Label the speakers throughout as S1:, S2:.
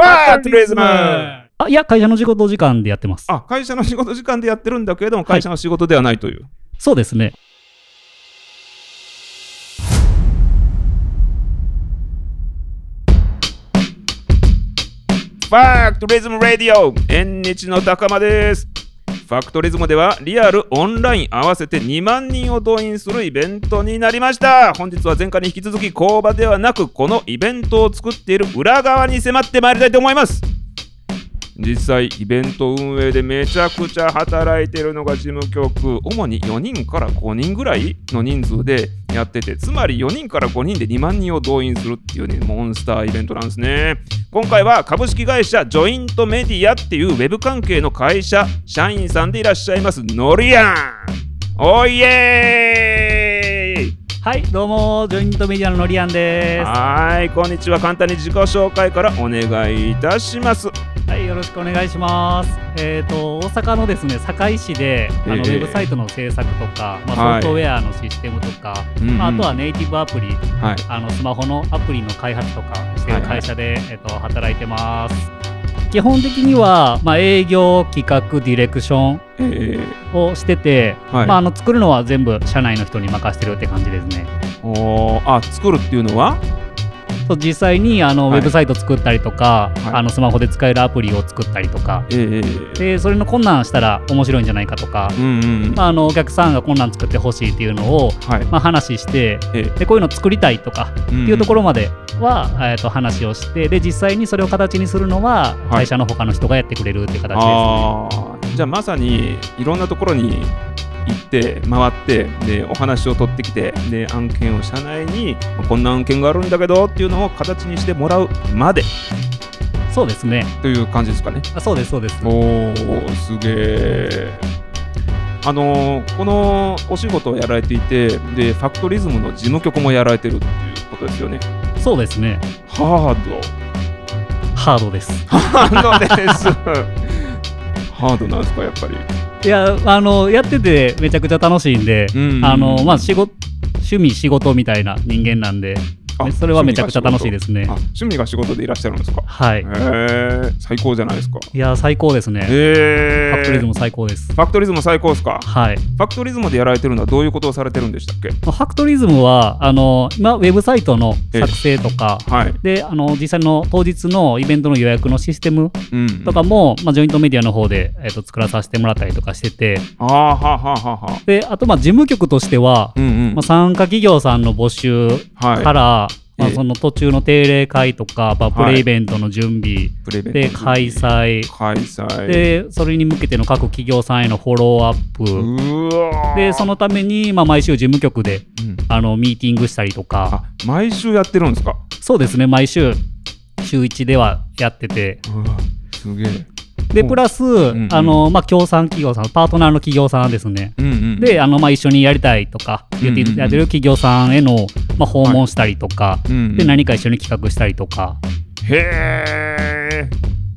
S1: アトゥリズム
S2: あ、
S1: あいや、会社の仕事時間でやってます。
S2: 会社の仕事時間でやってるんだけれども、会社の仕事ではないという。
S1: そうですね。
S2: ファクトリズムラディオ縁日の高間ですファクトリズムではリアルオンライン合わせて2万人を動員するイベントになりました本日は前回に引き続き工場ではなくこのイベントを作っている裏側に迫ってまいりたいと思います実際イベント運営でめちゃくちゃ働いてるのが事務局主に4人から5人ぐらいの人数でやっててつまり4人から5人で2万人を動員するっていうねモンスターイベントなんですね今回は株式会社ジョイントメディアっていうウェブ関係の会社社員さんでいらっしゃいますノリアンおいえーい
S1: はい、どうも、ジョイントメディアののりやんです。は
S2: はいこんにちは簡単に自己紹介からお願いいたします
S1: い、よろしくお願いします。えっ、と、大阪のですね、堺市で、あの、
S2: ええ
S1: ウェブサイトの制作とか、ま
S2: はい
S1: あ、ソフトウェアのシステムとか、
S2: うんうん
S1: まあ、あとはネイティブアプリ、
S2: はい
S1: あのスマホのアプリの開発とかしてる会社で、えっと、働いてます。基本的には、まあ、営業、企画、ディレクション
S2: えー
S1: をしてて、
S2: はい
S1: まあ、あの作るのは全部社内の人に任せてるって感じですね。
S2: おーあ作るっていうのは
S1: そう実際にあの、
S2: はい
S1: ウェブサイト作ったりとか、
S2: はい
S1: あのスマホで使えるアプリを作ったりとか
S2: えー、
S1: でそれのこんなんしたら面白いんじゃないかとか、
S2: うんうん
S1: まあ、あのお客さんがこんなん作ってほしいっていうのを、
S2: はい
S1: まあ、話して
S2: えー
S1: でこういうの作りたいとか
S2: うん
S1: っていうところまでは、えー、と話をしてで実際にそれを形にするのは
S2: はい
S1: 会社の他の人がやってくれるっていう形です、ね
S2: あーじゃあまさにいろんなところに行って回ってでお話を取ってきてで案件を社内にこんな案件があるんだけどっていうのを形にしてもらうまで
S1: そうですね
S2: という感じですかね。
S1: あそうですそうです
S2: おーすげえ。あのーこのお仕事をやられていてでファクトリズムの事務局もやられてるっていうことですよね。
S1: そうですね
S2: ハード。
S1: ハードです
S2: ハードです。 ハードなんですかやっぱり。
S1: いやあのやっててめちゃくちゃ楽しいんで、
S2: うん
S1: あのまあ仕事趣味仕事みたいな人間なんで
S2: あ
S1: それはめちゃくちゃ楽しいですね
S2: あ趣味が仕事でいらっしゃるんですか
S1: はい
S2: へえ最高じゃないですか
S1: いや最高ですね
S2: へえ
S1: ファクトリズム最高です
S2: ファクトリズム最高ですか
S1: はい
S2: フ
S1: ま
S2: ァクトリズムでやられてるのはどういうことをされてるんでしたっけ
S1: あファクトリズムはあの今ウェブサイトの作成とか
S2: はい、
S1: であの実際の当日のイベントの予約のシステム
S2: うん
S1: とかも、まあ、ジョイントメディアの方で、えー、と作らさせてもらったりとかしてて
S2: あーはあはあはあはあ
S1: であとまあ事務局としては、
S2: うんうん
S1: まあ、参加企業さんの募集
S2: はい
S1: から、
S2: え
S1: まあ、
S2: え
S1: その途中の定例会とか、まあ、プ
S2: は
S1: レ
S2: い
S1: イイベントの準備
S2: プレベント
S1: で開催、
S2: 開催
S1: でそれに向けての各企業さんへのフォローアッ
S2: う
S1: プ
S2: わー
S1: でそ、のために、まあ、毎週事務局で
S2: うん
S1: あのミーティングしたりとか
S2: あ毎週やってるんですか
S1: そうですね毎週週1ではやってて
S2: うわすげえ
S1: で
S2: ほう
S1: プラス、
S2: んうん
S1: あのまあ、協賛企業さんパートナーの企業さんですね
S2: うんうん
S1: であの、まあ、一緒にやりたいとか言って
S2: うんうんうん
S1: やってる企業さんへの、まあ、訪問したりとか、
S2: うんうん
S1: で何か一緒に企画したりとか
S2: へえ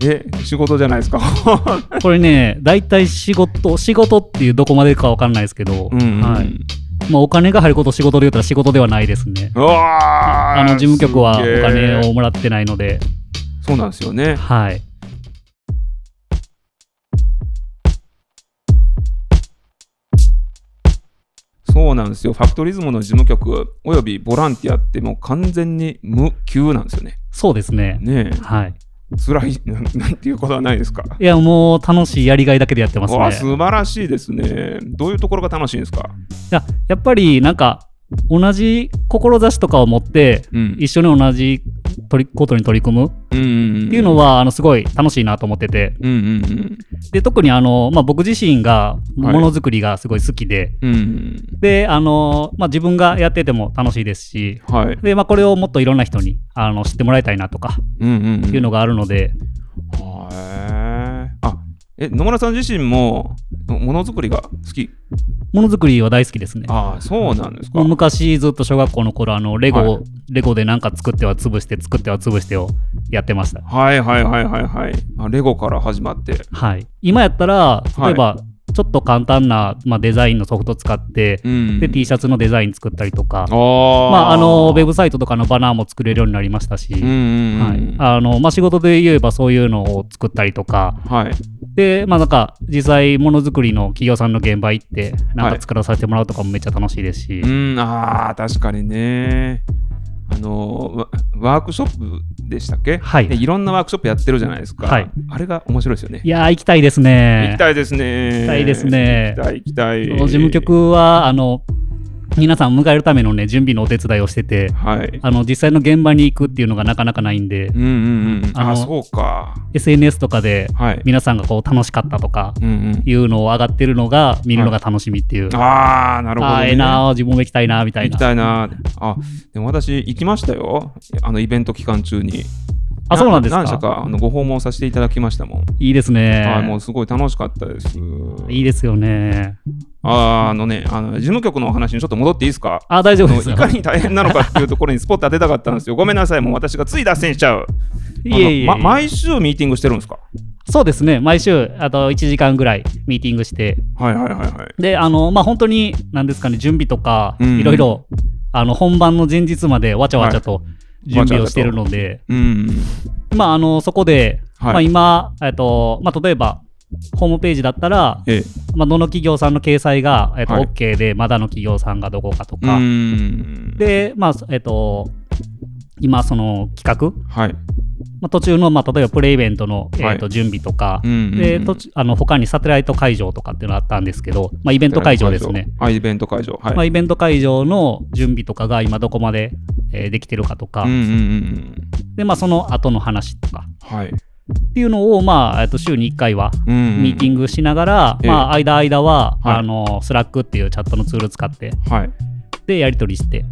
S2: え仕事じゃないですか
S1: これね大体仕事仕事っていうどこまでかわかんないですけど、
S2: うんうん
S1: はいまあ、お金が入ることを仕事で言ったら仕事ではないですね
S2: うわー
S1: あの事務局はお
S2: すげえ
S1: 金をもらってないので、
S2: そうなんですよね。
S1: はい、
S2: そうなんですよ。ファクトリズムの事務局およびボランティアってもう完全に無給なんですよね。
S1: そうですね
S2: ね
S1: はい、
S2: え、辛いななん ていうことはないですか。
S1: いやもう楽しいやりがいだけでやってます
S2: わあ
S1: ね
S2: 素晴らしいですね。どういうところが楽しいんですか。
S1: いややっぱりなんか同じ志とかを持って
S2: うん
S1: 一緒に同じ取りことに取り組む
S2: うんうん、
S1: っていうの、はあのすごい楽しいなと思ってて
S2: うんうん
S1: で特にあの、まあ、僕自身が
S2: はい
S1: ものづくりがすごい好きで、
S2: うん、うん
S1: であの、まあ、自分がやってても楽しいですし
S2: うん、はい、
S1: で、まあ、これをもっといろんな人にあの知ってもらいたいなとか
S2: うんうんうん、
S1: いうのがあるので、
S2: はえあえ野村さん自身ももものづくりが好き。
S1: ものづくりは大好きですね。
S2: ああそうなんですか
S1: もう。昔ずっと小学校の頃あのレゴ、
S2: はい
S1: レゴで何か作っては潰して作っては潰してをやってました。
S2: はいはいはいはいはい。あレゴから始まって。
S1: はい、今やったら例えば、ちょっと簡単な、まあ、デザインのソフト使って、
S2: うん
S1: で T シャツのデザイン作ったりとか、
S2: あ
S1: まあ、あのウェ
S2: ブ
S1: ブサイトとかのバナーも作れるようになりましたし、
S2: うんうん
S1: は
S2: うん
S1: いあのまあ、仕事で言えばそういうのを作ったりとか
S2: はい
S1: で、まあ、なんか実際ものづくりの企業さんの現場行ってなん
S2: はい
S1: か作らさせてもらうとかもめっちゃ楽しいですし、
S2: うんあー確かにねあのワワークショップでしたっけ、
S1: はい
S2: ねいろんなワークショップやってるじゃないですか、
S1: はい
S2: あれが面白いですよね
S1: いやー行きたいです
S2: 行き
S1: ね。
S2: たいですね。
S1: 行きたいです
S2: 行
S1: ね
S2: きたい、行きたい。
S1: 事務。局はあの皆さんを迎えるための、ね、準備のお手伝いをしてて
S2: はい。
S1: あの実際の現場に行くっていうのがなかなかないんで、
S2: うんうんうん。あ
S1: あの
S2: そうか。
S1: SNS とかで
S2: はい。
S1: 皆さんがこう楽しかったとか
S2: うん
S1: いうのを上がってるのが見るのが楽しみっていう、
S2: うん。ああ、なるほど、ね。
S1: ああええなー自分も行きたいなーみた
S2: 行
S1: い
S2: き
S1: な
S2: たいな。あ、でも私行きましたよ。あのイベント期間中に。
S1: あそうなんです
S2: 何社
S1: か
S2: かあのご訪問させていただきましたもん。
S1: いいですね
S2: はい、もうすごい楽しかったです。
S1: いいですよね
S2: あーあのね、あの事務局のお話にちょっと戻っていいですか。
S1: あ大丈
S2: あ
S1: 夫
S2: の
S1: で
S2: い
S1: すよ
S2: かに大変なのかっていうところにスポット当てたかったんですよ。ごめんなさい、もう私がつい脱線しちゃう。
S1: いえいえ、
S2: あのま毎週ミーティングしてるんですか
S1: そうですね毎週あと1時間ぐらいミーティングして
S2: はいはいはいはい。
S1: であのまあ本当に何ですかね準備とか
S2: うん
S1: いろいろあの本番の前日までわちゃわちゃと準備をしてるので、
S2: うん。
S1: まああのそこで、
S2: はい
S1: まあ今えっとまあ例えばホームページだったら、
S2: ええ。
S1: まあ、どの企業さんの掲載が、えっと
S2: はい
S1: OK で、まだの企業さんがどこかと
S2: う
S1: か、
S2: ん。、
S1: で、まあ、そえっと、今、その企画、
S2: はい。
S1: まあ、途中の、まあ、例えばプレイイベントの、えっ
S2: はい
S1: と準備とか、
S2: うん
S1: で途中あの他にサテライト会場とかっていうのがあったんですけど、まあ、イベ
S2: イ
S1: ント会場ですね。。
S2: あ、イベント会場。はい。
S1: まあ、イベント会場の準備とかが今どこまで、えーできてるかとか、
S2: うんうんうんうん。
S1: でまあ、その後の話とか
S2: はい。
S1: っていうのを、まあ、えっと週に1回は
S2: うん
S1: ミーティン
S2: グ。
S1: グしながら、
S2: ええ
S1: まあ、間間は、
S2: はい
S1: あのスラックっていうチャットのツール使って
S2: はい。
S1: でやり取りして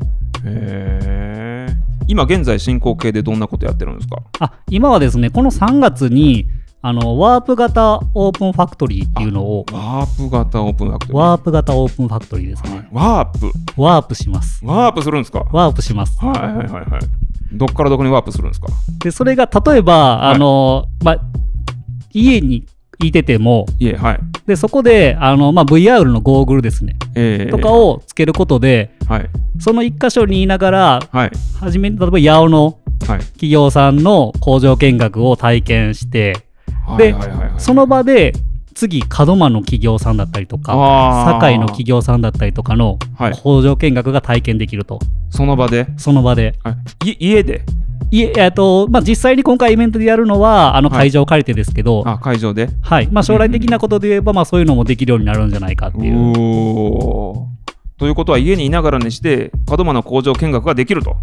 S2: へえ。今現在進行形でどんなことやってるんですか
S1: あ今はですねこの3月にあのワープ型オープンファクトリーっていうのを
S2: ワープ型オープンアクトリー
S1: ワープ型オープンファクトリーです
S2: はい
S1: ね
S2: ワープ。
S1: ワープします
S2: ワープするんですか
S1: ワープします
S2: はいはいはいはい。どっからどこにワープするんですか
S1: でそれが例えば
S2: い
S1: あの、まあ、家にいてても
S2: いえ、はい。
S1: でそこであの、まあ、VR のゴーグルですね
S2: ええ。
S1: とか。をつけることで
S2: はい。
S1: その1箇所にいながら
S2: はい。
S1: はじめに例えば八尾の
S2: はい。
S1: 企業さんの工場見学を体験して
S2: はい
S1: で
S2: はいはいはい
S1: その場で次門真の企業さんだったりとか
S2: あー
S1: 堺の企業さんだったりとかの
S2: はい。
S1: 工場見学が体験できると、
S2: その場で。
S1: その場で。
S2: はいい家で。
S1: いえ、えっと、まあ、実際に今回イベントでやるのは、あの
S2: はい
S1: 会場を借りてですけど、はい、
S2: あ、会場で。
S1: まあ、将来的なことで言えば、まあ、そういうのもできるようになるんじゃないかっていう。
S2: おーということは家にいながらにして門真の工場見学ができると。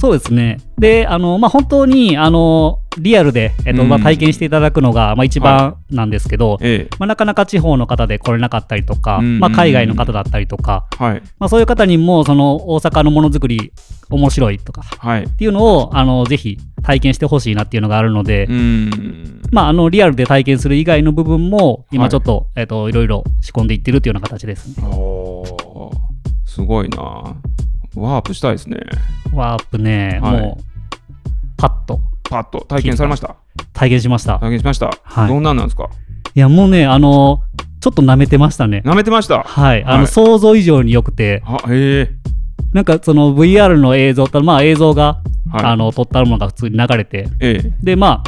S1: そうですね。で、あの、まあ、本当に、あの、リアルで、えっと、ま
S2: う
S1: あ、
S2: ん
S1: 体験していただくのが、まあ、一番なんですけど、
S2: え
S1: まあ、なかなか地方の方で来れなかったりとか、
S2: うん
S1: まあ、海外の方だったりとか、
S2: え。はい。
S1: まあ、そういう方にもその大阪のものづくり面白いとかっ
S2: はい。
S1: ていうのをあのぜひ体験してほしいなっていうのがあるので、
S2: うーん。
S1: まあ、あのリアルで体験する以外の部分も
S2: は
S1: 今
S2: い
S1: ちょっと,、い、えっといろいろ仕込んでいってるっていうような形ですね。
S2: おーすごいな。ワープしたいですね。
S1: ワープね、
S2: はい
S1: もうパッと
S2: パッと体験されました。
S1: 体験しました。
S2: 体験しました。
S1: はい
S2: どんなんなんですか
S1: いやもうねあのちょっと舐めてましたね。
S2: 舐めてました。
S1: はい、あの、
S2: はい
S1: 想像以上に良くて
S2: あへえ。
S1: なんかその VR の映像とまあ映像が、
S2: はい。
S1: あの撮ったものが普通に流れて
S2: ええ。
S1: でま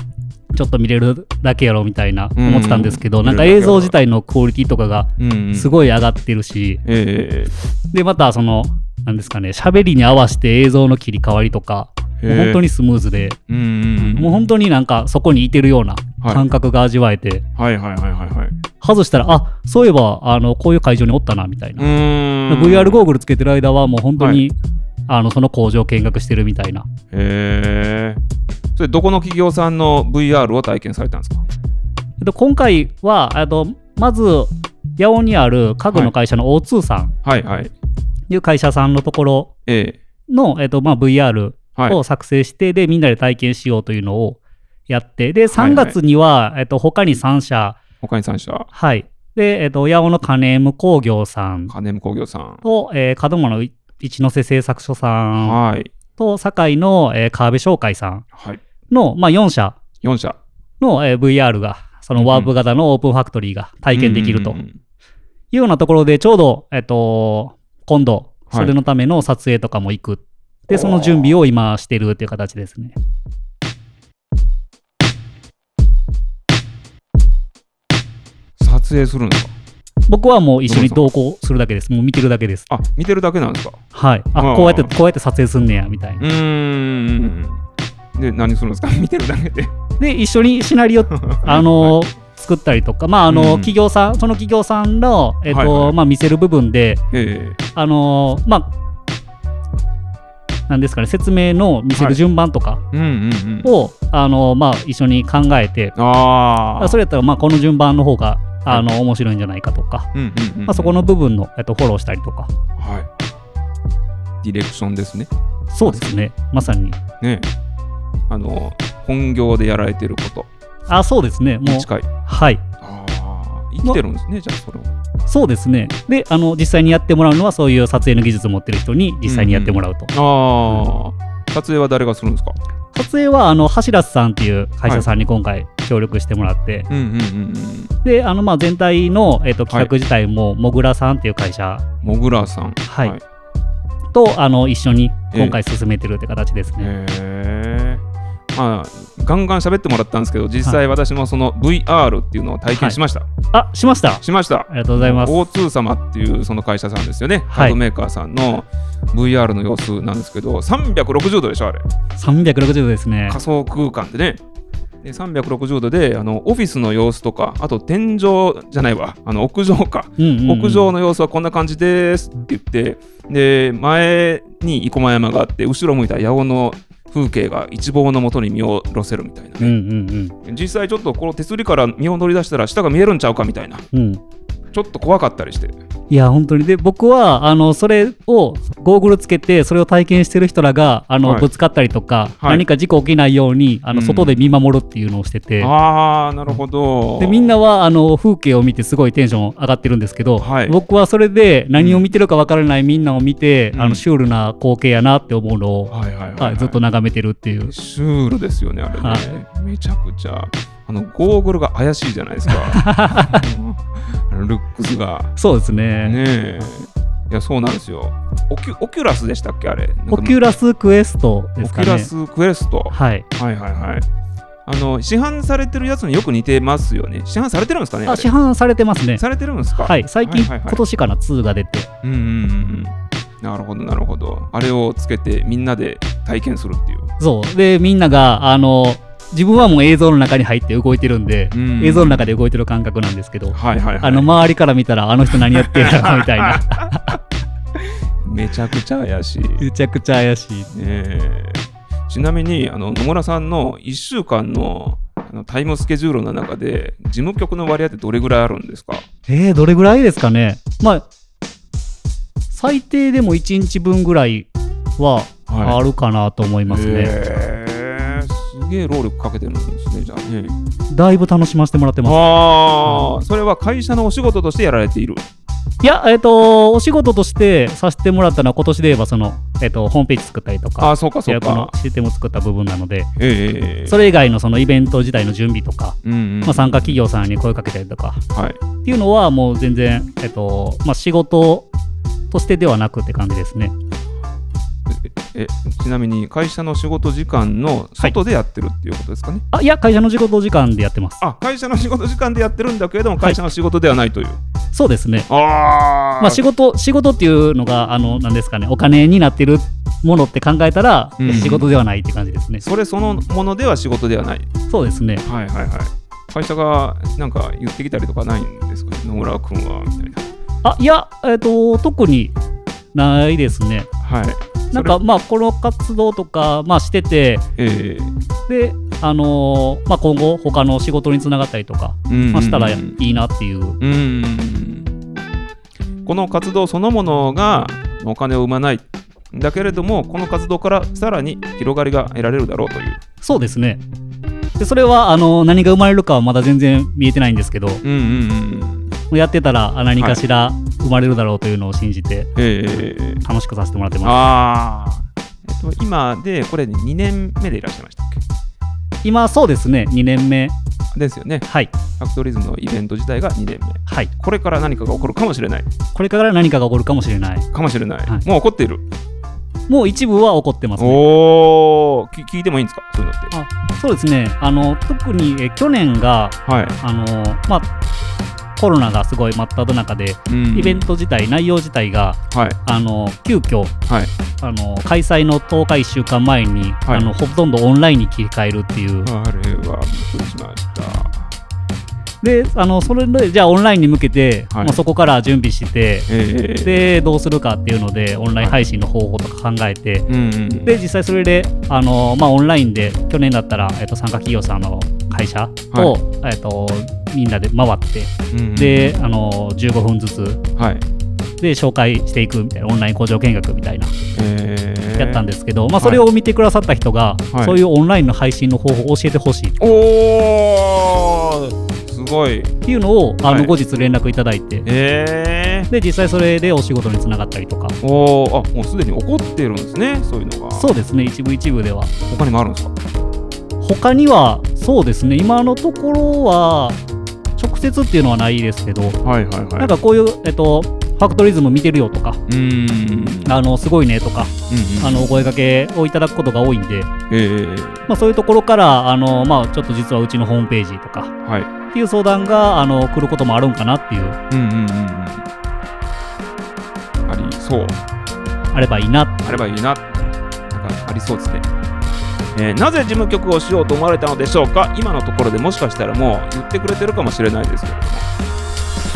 S1: あちょっと見れるだけやろみたいな
S2: うん
S1: 思ってたんですけど、
S2: 見れ
S1: な
S2: る
S1: ん
S2: だ
S1: か
S2: けやろ
S1: 映像自体のクオリティとかが
S2: うん、
S1: す
S2: い。
S1: ごい上がってるし、
S2: え
S1: でまたそのなんですかね喋りに合わせて映像の切り替わりとか、
S2: え。
S1: もう本当
S2: に。
S1: にスムーズで、
S2: うんうんうん。
S1: もう本当になんかそこにいてるような
S2: はい
S1: 感覚が味わえて、
S2: はいはいはいはいはい。
S1: 外したらあそういえばあのこういう会場におったなみたいうな、
S2: ーん。
S1: VR ゴーグルつけてる間はもう本当に、あのその工場見学してるみたいな
S2: へえ。それどこの企業さんの VR を体験されたんですか
S1: えっと今回はあのまず八尾にある家具の会社の O2 さん
S2: はいはい。
S1: という会社さんのところ
S2: ええ。
S1: の、えっとまあ、VR
S2: はい。
S1: を作成して、でみんなで体験しようというのをやって
S2: は
S1: で
S2: い
S1: 3月には、えっと他に3社
S2: 他に3社。
S1: はいで、えっと八尾の金夢工業さん
S2: 金山工業さん。
S1: と、えー、門真のい一ノ瀬製作所さん
S2: はい。
S1: と堺の、えー、川辺商会さん
S2: はい。
S1: の、まあ、4社
S2: 4社。
S1: の、えー VR がそのワープ型のオープンファクトリーが体験できるというようなところで、ちょうど、えっと、今度、
S2: はい
S1: それのための撮影とかも行く。で、その準備を今してるっていう形ですね。
S2: 撮影するんですか
S1: 僕はもう一緒に同行するだけです。もう見てるだけです。
S2: あ見てるだけなんですか
S1: はい。
S2: う
S1: あ、
S2: ん
S1: こうやって、こうやって撮影すんねや、みたいうな。
S2: ーんで何するんですか 見てるだけで
S1: で、一緒にシナリオ、あの作ったりとか、まあ、あの
S2: うん
S1: 企業さん、その企業さんの、えっと、
S2: はいはい
S1: まあ、見せる部分で、
S2: え
S1: あのまあ、なんですかね、説明の見せる順番とか
S2: えうんうんうん
S1: を、あのまあ、一緒に考えて、
S2: ああ
S1: それやったら、まあ、この順番の方が、あの、面白いんじゃないかとか、
S2: うんうんうんうん
S1: まあ、そこの部分の、えっと、フォローしたりとか。
S2: はいディレクションですね
S1: そうですね、まさに。
S2: ねえあの本業でやられてること
S1: あ、そうですね、もう
S2: に、近い
S1: はい。
S2: ああ生きてるんですねじゃあそれを
S1: そうですね。で、あの、実際にやってもらうのは、そういう撮影の技術を持ってる人に実際にやってもらうと。
S2: ああ、撮影は誰がするんですか
S1: 撮影は、あの、柱さんっていう会社さんに今回協力してもらって、
S2: うんうんうんうん
S1: で、あの、まあ、全体の、えっと企画自体も、もぐらさんっていう会社
S2: もぐらさん
S1: はいと、あの、一緒に今回進めてるって形ですね。
S2: へえまあガンガン喋ってもらったんですけど実際私もその VR っていうのを体験しました、
S1: あ、しました。
S2: しました
S1: ありがとうございます。
S2: O2 様っていうその会社さんですよね、
S1: はい
S2: 家具メーカーさんの VR の様子なんですけど360度でしょあれ
S1: 360度ですね。
S2: 仮想空間でねで360度であのオフィスの様子とかあと天井じゃないわあの屋上か
S1: うんうんうん
S2: 屋上の様子はこんな感じですって言って、で前に生駒山があって後ろ向いた八尾の風景が一望のもとに見下ろせるみたいな
S1: うんう
S2: ね、
S1: ん
S2: 実際ちょっとこの手すりから身を乗り出したら下が見えるんちゃうかみたいな
S1: うん。うん。
S2: ちょっと怖かったりして
S1: いや、本当に。で、僕は、あの、それを、ゴーグルつけて、それを体験してる人らが、あの、
S2: はい
S1: ぶつかったりとか、
S2: はい
S1: 何か事故起きないように、あの、
S2: うん
S1: 外で見守るっていうのをしてて、
S2: ああなるほど
S1: でみんなはあの風景を見てすごいテンション上がってるんですけど、
S2: はい
S1: 僕はそれで何を見てるかわからないみんなを見て、
S2: うん
S1: あのシュールな光景やなって思うのを、
S2: はいはいはい、
S1: はい、ずっと眺めてるっていう
S2: シュールですよねあれね、
S1: は
S2: めちゃくちゃあのゴーグルが怪しいじゃない ですかうんルックスが
S1: そうですね
S2: ねえいやそうなんですよオキュオキュラスでしたっけあれなんか
S1: オキュラスクエストで
S2: オ
S1: す
S2: キ
S1: か
S2: ュラ
S1: ね
S2: スクエスト。
S1: はい
S2: はいはいはい。あの市販されてるやつによく似てますよね。市販されてるんですかね。
S1: あ
S2: れ
S1: 市販されてますね
S2: されてるんですか。
S1: はい最近、
S2: はいはいはい
S1: 今年かな2が出て
S2: うんうんうんうん。なるほどなるほど。あれをつけてみんなで体験するっていう。
S1: そうでみんながあの自分はもう映像の中に入って動いてるんで、
S2: うん
S1: 映像の中で動いてる感覚なんですけど、
S2: はいはいはい。
S1: あの周りから見たらあの人何やってんだ ろうみたいな
S2: めちゃくちゃ怪しい。ね
S1: めちゃくちゃ怪しい
S2: えちなみにあの野村さんの1週間のあのタイムスケジュールの中で事務局の割合ってどれぐらいあるんですか
S1: えー、どれぐらいですかねまあ最低でも1日分ぐらいは
S2: はい
S1: あるかなと思いますね、
S2: へえすげえ労力かけてるんですねじゃあね。
S1: だいぶ楽しませてもらってます
S2: ああ、それは会社のお仕事としてやられている。
S1: いやえっ、とお仕事としてさせてもらったのは今年で言えばその、えっとホームページ作ったりと
S2: あ
S1: か
S2: あ、そうか
S1: 契
S2: そう
S1: 約の
S2: か。
S1: システムを作った部分なので
S2: ええええ
S1: それ以外のそのイベント自体の準備とか、
S2: うんうん
S1: まあ、参加企業さんに声かけたりとか
S2: はい。
S1: っていうのはもう全然、えっとまあ、仕事としてではなくって感じですね
S2: え、ちなみに会社の仕事時間の外でやってるっていうことですかね。
S1: あいや会社の仕事時間でやってます
S2: あ、会社の仕事時間でやってるんだけれども、会社の仕事ではないという。
S1: そうですね
S2: ああ、
S1: まあ、仕事仕事っていうのがあのなんですかねお金になってるものって考えたら、
S2: うん
S1: 仕事ではないって感じですね
S2: それそのものでは仕事ではない。
S1: そうですね
S2: はいはいはい。会社がなんか言ってきたりとかないんですかね、野村君はみたい
S1: あいやえっ、と特にないですね
S2: な。はい。
S1: なんかまあこの活動とか、まあ、してて
S2: それ、ええ
S1: であのーまあ、今後他の仕事につながったりとか、
S2: うんうんうん
S1: まあ、したらいいなっていう、
S2: うーんこの活動そのものがお金を生まないだけれどもこの活動からさらに広がりが得られるだろうという。
S1: そうですねでそれはあの何が生まれるかはまだ全然見えてないんですけど
S2: うんうんうん、
S1: やってたらあ何かしら生まれるだろうというのを信じて
S2: ええ
S1: 楽しくさせてもらってます、
S2: ああ、えっと、今でこれ2年目でいらっしゃいましたっ
S1: 今そうですね2年目
S2: けですよね。
S1: はい
S2: ファクトリズムのイベント自体が2年目。
S1: はい、
S2: これから何かが起こるかもしれない。
S1: これから何かが起こるかもしれない
S2: かもしれない。
S1: はい
S2: もう起こっている。
S1: もう一部は起こってますね
S2: おお、き聞いてもいいんですかそういうのって。
S1: そうですねあの特にえ去年が
S2: はい。
S1: あのまあコロナがすごい真っ只中でイベント自体、内容自体が
S2: ト。はい。
S1: あの急遽、
S2: はい
S1: あの開催の10日1週間前に、
S2: はい
S1: あのほとんどオンラインに切り替えるっていう、
S2: あれはびっくりしました。
S1: であのそれでじゃあオンラインに向けて、
S2: はい
S1: まあ、そこから準備して、
S2: ええ
S1: でどうするかっていうのでオンライン配信の方法とか考えて、
S2: うんうん、
S1: で実際それであの、まあ、オンラインで去年だったら、えっと、参加企業さんの会社と,、えっとみんなで回って、
S2: うんうん、
S1: であの15分ずつ
S2: はい。
S1: で紹介していくみたいなオンライン工場見学みたいな
S2: ええ。
S1: やったんですすけど、まあ、それを見てくださった人が、
S2: はい
S1: そういうオンラインの配信の方法を教えてほしいっ
S2: おお、すごい。
S1: ていうのをあの、
S2: はい
S1: 後日連絡いただいて
S2: ええ
S1: で実際それでお仕事につながったりとか
S2: おお、あもうすでに起こってるんですね。そういうのが。
S1: そうですね一部一部では
S2: 他にもあるんですか。
S1: 他にはそうですね今のところは直接っていうのはないですけど、
S2: はいはいはい。
S1: なんかこういう、えっと、ファクトリズム見てるよとか
S2: うーん。
S1: あのすごいねとか
S2: うんうん、
S1: あのお声掛けをいただくことが多いんで、
S2: ええ
S1: まあ、そういうところからあの、まあ、ちょっと実はうちのホームページとか
S2: はい。
S1: っていう相談があの来ることもあるんかなっていう
S2: うんうんうんうん。ありそう。
S1: あればいいな
S2: あればいいな。なんかありそうですね。えーなぜ事務局をしようと思われたのでしょうか今のところでもしかしたらもう言ってくれてるかもしれないですけれ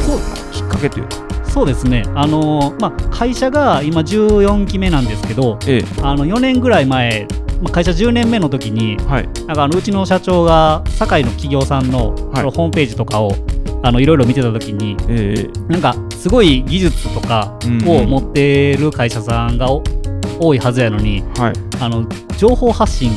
S2: どもきっかけというか
S1: そうですねあの、まあ、会社が今14期目なんですけど
S2: え
S1: あの4年ぐらい前、まあ、会社10年目の時に
S2: えはい
S1: なんかあのうちの社長が堺の企業さん
S2: は
S1: の
S2: い
S1: そのホームページとかを、あのいろいろ見てた時に
S2: ええ
S1: なんかすごい技術とか
S2: うん
S1: を持ってる会社さんがお多いはずやのに
S2: はい
S1: あの情報発信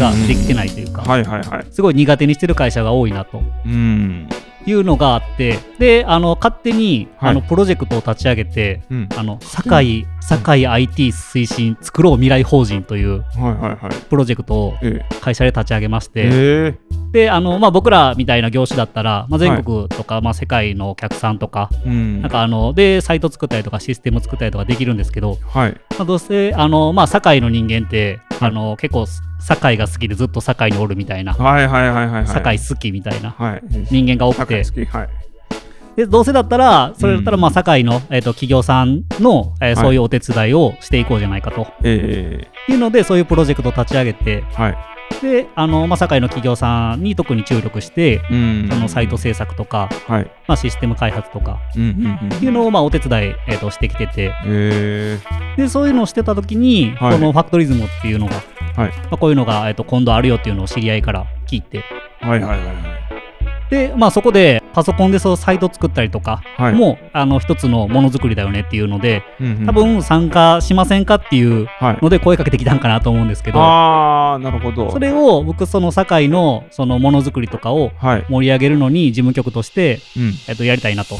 S1: ができてないというか、
S2: はいはいはい
S1: すごい苦手にしてる会社が多いなと
S2: うん
S1: いうのがあってであの勝手に、
S2: はい
S1: あのプロジェクトを立ち上げて
S2: うん
S1: あの堺堺 IT 推進作ろう未来法人という
S2: はいはいはい
S1: プロジェクトを
S2: ええ
S1: 会社で立ち上げまして、
S2: え
S1: であの、まあ、僕らみたいな業種だったら、まあ、全国とか、まあ、世界のお客さんとか
S2: えうん
S1: なんかあのでサイト作ったりとかシステム作ったりとかできるんですけど、
S2: はい
S1: まあ、どうせあの、まあ、堺の人間ってあの結構堺が好きでずっと堺におるみたいな
S2: はいはいはいはいはい
S1: 堺好きみたいな
S2: はい
S1: 人間が多く
S2: 堺
S1: て
S2: 好きはい
S1: でどうせだったらそれだったら
S2: うん
S1: まあ堺の、えー、と企業さんの、えー
S2: い
S1: そういうお手伝いをしていこうじゃないかと
S2: え
S1: いうのでそういうプロジェクトを立ち上げて
S2: えはい
S1: であの、まあ、堺の企業さんに特に注力して
S2: うん
S1: そのサイト制作とか、
S2: はい
S1: まあ、システム開発とか
S2: うんうんうん
S1: っていうのをまあお手伝い、えー、としてきてて
S2: え
S1: でそういうのをしてた時に、
S2: はい
S1: このファクトリズムっていうのが、
S2: はい
S1: まあ、こういうのが、えー、と今度あるよっていうのを知り合いから聞いて
S2: えはいはいはいはい
S1: で、まあ、そこでパソコンでそうサイト作ったりとか
S2: はい
S1: も、あの一つのものづくりだよねっていうので
S2: うんうん
S1: 多分参加しませんかっていう
S2: はい
S1: ので声かけてきたんかなと思うんですけど
S2: ああなるほど
S1: それを僕その堺のそのものづくりとかを
S2: はい
S1: 盛り上げるのに事務局として、
S2: うん
S1: えっと、やりたいなと